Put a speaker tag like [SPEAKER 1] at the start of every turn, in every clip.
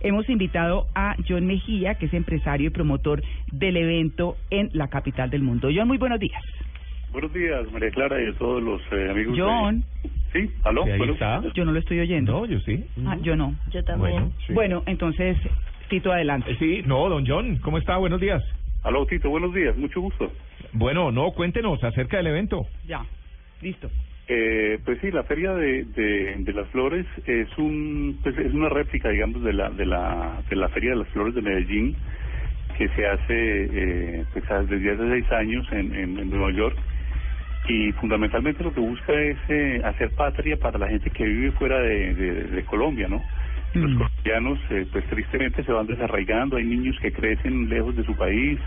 [SPEAKER 1] Hemos invitado a John Mejía, que es empresario y promotor del evento en la capital del mundo. John, muy buenos días.
[SPEAKER 2] Buenos días, María Clara y a todos los eh, amigos. de-
[SPEAKER 1] John.
[SPEAKER 2] Sí, aló.
[SPEAKER 3] Sí, ahí
[SPEAKER 2] bueno.
[SPEAKER 3] está.
[SPEAKER 1] Yo no lo estoy oyendo.
[SPEAKER 3] No, yo sí.
[SPEAKER 1] Ah, yo no.
[SPEAKER 4] Yo
[SPEAKER 3] Bueno,
[SPEAKER 4] también.
[SPEAKER 3] sí.
[SPEAKER 1] Bueno, entonces, Tito,
[SPEAKER 3] Eh,
[SPEAKER 1] adelante.
[SPEAKER 3] Sí, no, don John, ¿cómo está? Buenos días.
[SPEAKER 2] Aló, Tito, buenos días, mucho gusto.
[SPEAKER 3] Bueno, no, cuéntenos acerca del evento.
[SPEAKER 1] Ya, listo.
[SPEAKER 2] Eh, pues sí, la Feria de, de, de las Flores es un pues es una réplica, digamos, de la, de, la, de la Feria de las Flores de Medellín que se hace eh, pues, desde hace seis años en, en, en Nueva York y fundamentalmente lo que busca es eh, hacer patria para la gente que vive fuera de, de, de Colombia, ¿no? Los
[SPEAKER 1] Mm.
[SPEAKER 2] colombianos, eh, pues tristemente se van desarraigando, hay niños que crecen lejos de su país,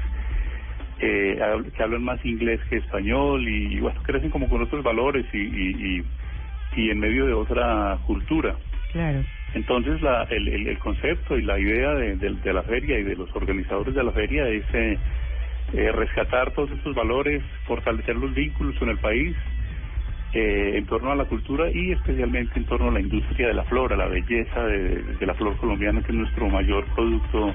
[SPEAKER 2] eh, habl- que hablan más inglés que español y, bueno, crecen como con otros valores y, y, y, y en medio de otra cultura.
[SPEAKER 1] Claro.
[SPEAKER 2] Entonces, la, el, el, el concepto y la idea de, de- de la feria y de los organizadores de la feria es eh, eh, rescatar todos estos valores, fortalecer los vínculos con el país eh, en torno a la cultura y especialmente en torno a la industria de la flor, a la belleza de, de la flor colombiana, que es nuestro mayor producto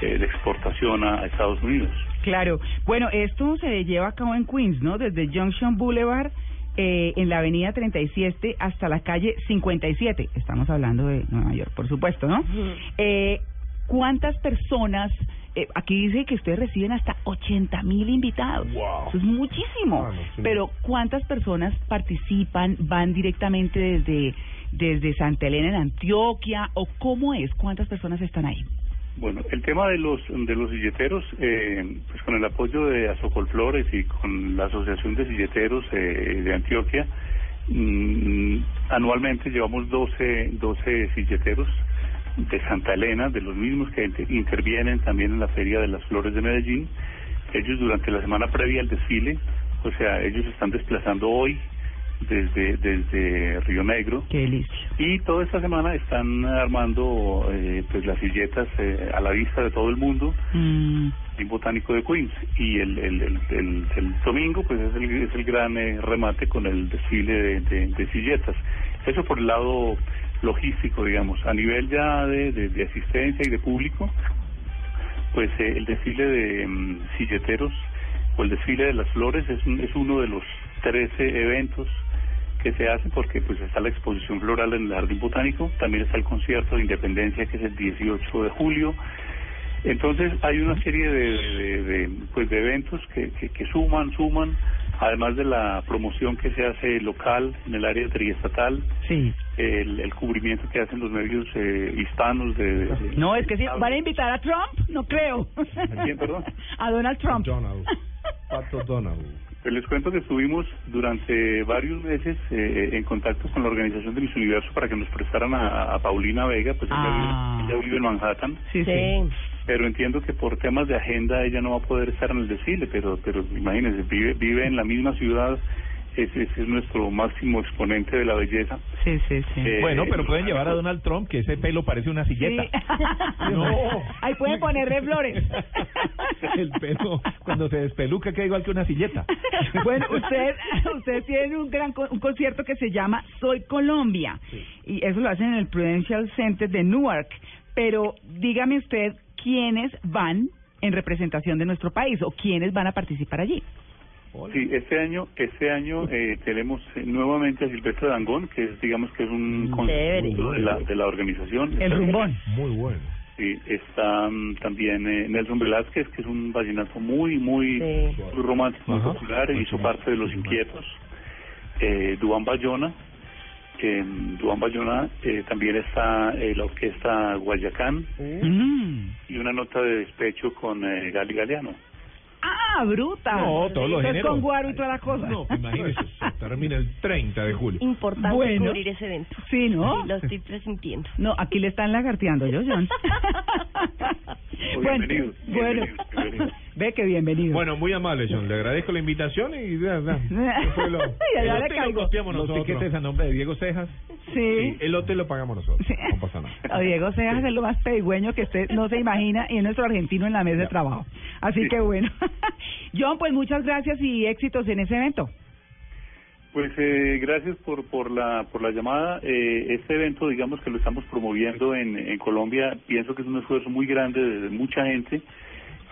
[SPEAKER 2] eh, de exportación a- a Estados Unidos.
[SPEAKER 1] Claro. Bueno, esto se lleva a cabo en Queens, ¿no? Desde Junction Boulevard, eh, en la avenida 37 hasta la calle 57. Estamos hablando de Nueva York, por supuesto, ¿no?
[SPEAKER 4] Ujú.
[SPEAKER 1] Eh, ¿Cuántas personas? eh, aquí dice que ustedes reciben hasta 80 mil invitados.
[SPEAKER 3] Wow.
[SPEAKER 1] Eso es muchísimo.
[SPEAKER 3] Ah, no, sí.
[SPEAKER 1] Pero ¿cuántas personas participan, van directamente desde, desde Santa Elena en Antioquia? ¿O cómo es? ¿Cuántas personas están ahí?
[SPEAKER 2] Bueno, el tema de los de los silleteros, eh, pues con el apoyo de Azocol Flores y con la Asociación de Silleteros eh, de Antioquia, mm, anualmente llevamos 12, 12 silleteros de Santa Elena, de los mismos que inter- intervienen también en la Feria de las Flores de Medellín. Ellos durante la semana previa al desfile, o sea, ellos están desplazando hoy desde, desde Río Negro
[SPEAKER 1] Qué delicia.
[SPEAKER 2] y toda esta semana están armando eh, pues las silletas eh, a la vista de todo el mundo
[SPEAKER 1] Mm.
[SPEAKER 2] en Botánico de Queens y el, el, el, el- el domingo pues es el, es el gran eh, remate con el desfile de, de- de silletas eso por el lado logístico digamos a nivel ya de, de- de asistencia y de público pues eh, el desfile de mm, silleteros o el desfile de las flores es, un- es uno de los 13 eventos que se hacen porque pues está la exposición floral en el Jardín Botánico, también está el concierto de Independencia que es el 18 de julio. Entonces hay una serie de, de- de- pues, de eventos que, que- que suman, suman, además de la promoción que se hace local en el área triestatal,
[SPEAKER 1] Sí.
[SPEAKER 2] el, el cubrimiento que hacen los medios eh, hispanos de, de- de-
[SPEAKER 1] No, es que sí. ¿Van a invitar a Trump? No creo.
[SPEAKER 2] ¿A quién, perdón?
[SPEAKER 1] A Donald Trump.
[SPEAKER 3] Donald. Pato Donald.
[SPEAKER 2] Pues les cuento que estuvimos durante varios meses eh, en contacto con la organización de Miss Universo para que nos prestaran a, a Paulina Vega, pues ella,
[SPEAKER 1] Ah.
[SPEAKER 2] vive, ella vive en Manhattan,
[SPEAKER 1] Sí, sí.
[SPEAKER 2] pero entiendo que por temas de agenda ella no va a poder estar en el desfile, pero pero imagínense, vive, vive en la misma ciudad, ese, ese es nuestro máximo exponente de la belleza.
[SPEAKER 1] Sí, sí, sí.
[SPEAKER 2] Eh,
[SPEAKER 3] Bueno, pero pueden llevar a Donald Trump, que ese pelo parece una silleta.
[SPEAKER 1] Sí.
[SPEAKER 3] No.
[SPEAKER 1] Ahí pueden ponerle flores.
[SPEAKER 3] El pelo, cuando se despeluca, queda igual que una silleta.
[SPEAKER 1] Bueno, ustedes ustedes tienen un gran con- un concierto que se llama Soy Colombia y eso lo hacen en el Prudential Center de Newark. Pero dígame usted quiénes van en representación de nuestro país o quiénes van a participar allí.
[SPEAKER 2] Sí, este año, este año eh, tenemos eh, nuevamente a Silvestre Dangón, que es, digamos que es un
[SPEAKER 4] Chévere.
[SPEAKER 2] concepto de la, de la organización.
[SPEAKER 1] Mm. El rumbón.
[SPEAKER 3] Muy bueno.
[SPEAKER 2] Sí, está mm, también eh, Nelson Velázquez, que es un vallenato muy, muy,
[SPEAKER 4] Sí.
[SPEAKER 2] muy romántico, muy
[SPEAKER 3] Ajá.
[SPEAKER 2] popular,
[SPEAKER 3] Muy
[SPEAKER 2] hizo
[SPEAKER 3] romántico,
[SPEAKER 2] parte de Los
[SPEAKER 3] muy
[SPEAKER 2] Inquietos. Eh, Duan Bayona, eh, Duan Bayona, eh, también está eh, la orquesta Guayacán
[SPEAKER 1] Mm.
[SPEAKER 2] y una nota de despecho con eh, Gali Galeano.
[SPEAKER 1] Ah, bruta.
[SPEAKER 3] No, todos
[SPEAKER 1] Eso
[SPEAKER 3] los
[SPEAKER 1] es
[SPEAKER 3] géneros.
[SPEAKER 1] con guaro y toda la cosa.
[SPEAKER 3] No, imagínese, se termina el 30 de julio.
[SPEAKER 4] Importante
[SPEAKER 1] Bueno.
[SPEAKER 4] cubrir ese evento.
[SPEAKER 1] Sí, ¿no?
[SPEAKER 4] Sí, Lo estoy presintiendo.
[SPEAKER 1] No, aquí le están lagarteando yo, John. bueno,
[SPEAKER 2] bienvenido,
[SPEAKER 1] bueno.
[SPEAKER 2] bienvenido, bienvenido.
[SPEAKER 1] Ve que bienvenido.
[SPEAKER 3] Bueno, muy amable, John. Le agradezco la invitación y... ya, ya. El hotel lo-
[SPEAKER 1] Y allá le
[SPEAKER 3] el hotel
[SPEAKER 1] caigo.
[SPEAKER 3] lo costeamos
[SPEAKER 1] Los
[SPEAKER 3] nosotros.
[SPEAKER 1] tiquetes
[SPEAKER 3] a nombre de Diego Cejas.
[SPEAKER 1] sí.
[SPEAKER 3] el hotel lo pagamos nosotros.
[SPEAKER 1] Sí.
[SPEAKER 3] eh, No pasa nada.
[SPEAKER 1] A Diego Cejas es lo más pedigüeño que usted no se imagina y es nuestro argentino en la mesa de
[SPEAKER 3] Ya.
[SPEAKER 1] trabajo. Así que bueno. John, pues muchas gracias y éxitos en ese evento.
[SPEAKER 2] Pues eh, gracias por, por, la, por la llamada. Eh, este evento, digamos que lo estamos promoviendo en, en Colombia, pienso que es un esfuerzo muy grande de, de mucha gente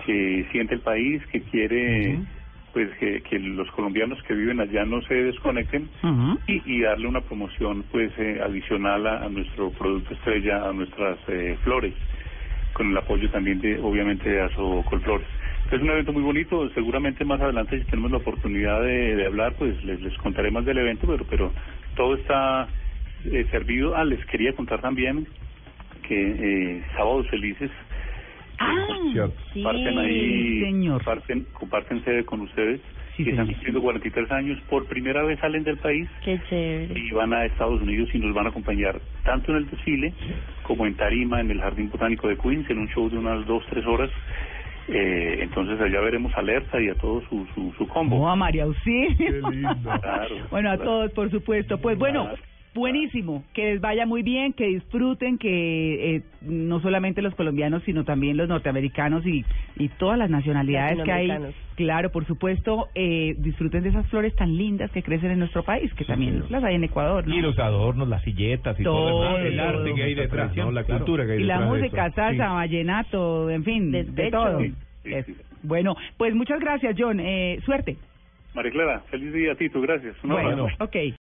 [SPEAKER 2] que siente el país, que quiere
[SPEAKER 3] Ujú.
[SPEAKER 2] pues que, que los colombianos que viven allá no se desconecten
[SPEAKER 1] Ujú.
[SPEAKER 2] y, y darle una promoción pues eh, adicional a, a nuestro producto estrella, a nuestras eh, flores, con el apoyo también de obviamente de Asocolflores. Es un evento muy bonito, seguramente más adelante si tenemos la oportunidad de, de hablar, pues les, les contaré más del evento, pero, pero todo está eh, servido. Ah, les quería contar también que eh, Sábados Felices eh, pues,
[SPEAKER 1] Ah,
[SPEAKER 3] Cierto.
[SPEAKER 1] sí,
[SPEAKER 2] Parten ahí,
[SPEAKER 1] señor.
[SPEAKER 2] Parten, comparten sede con ustedes,
[SPEAKER 1] Sí,
[SPEAKER 2] que están
[SPEAKER 1] señor.
[SPEAKER 2] cumpliendo 43 años, por primera vez salen del país
[SPEAKER 4] Qué chévere.
[SPEAKER 2] y van a Estados Unidos y nos van a acompañar tanto en el desfile como en Tarima, en el Jardín Botánico de Queens, en un show de unas dos, tres horas. Eh, entonces allá veremos a Lerta y a todo su, su, su combo.
[SPEAKER 1] Oh, a María Auxilio.
[SPEAKER 3] Qué lindo.
[SPEAKER 2] Claro.
[SPEAKER 1] bueno, a todos, por supuesto. Pues bueno,
[SPEAKER 2] Claro.
[SPEAKER 1] buenísimo. Que les vaya muy bien, que disfruten, que eh, no solamente los colombianos, sino también los norteamericanos y, y todas las nacionalidades que hay.
[SPEAKER 4] Latinoamericanos.
[SPEAKER 1] Claro, por supuesto, eh, disfruten de esas flores tan lindas que crecen en nuestro país, que
[SPEAKER 3] Sí,
[SPEAKER 1] también
[SPEAKER 3] señor.
[SPEAKER 1] las hay en Ecuador. ¿no?
[SPEAKER 3] Y los adornos, las silletas y todo,
[SPEAKER 1] Todo,
[SPEAKER 3] lo demás, el
[SPEAKER 1] todo.
[SPEAKER 3] arte que hay detrás, ¿no? la
[SPEAKER 5] Claro.
[SPEAKER 3] cultura que hay
[SPEAKER 1] Y la
[SPEAKER 3] detrás. de
[SPEAKER 1] música,
[SPEAKER 3] eso.
[SPEAKER 1] salsa, vallenato, en fin, de
[SPEAKER 4] Despecho.
[SPEAKER 1] todo.
[SPEAKER 2] Sí, sí,
[SPEAKER 1] Es-
[SPEAKER 2] sí.
[SPEAKER 1] Bueno, pues muchas gracias, John. Eh, suerte.
[SPEAKER 2] María Clara, feliz día a Tito, gracias. Un
[SPEAKER 1] bueno,
[SPEAKER 2] abrazo.
[SPEAKER 1] ok.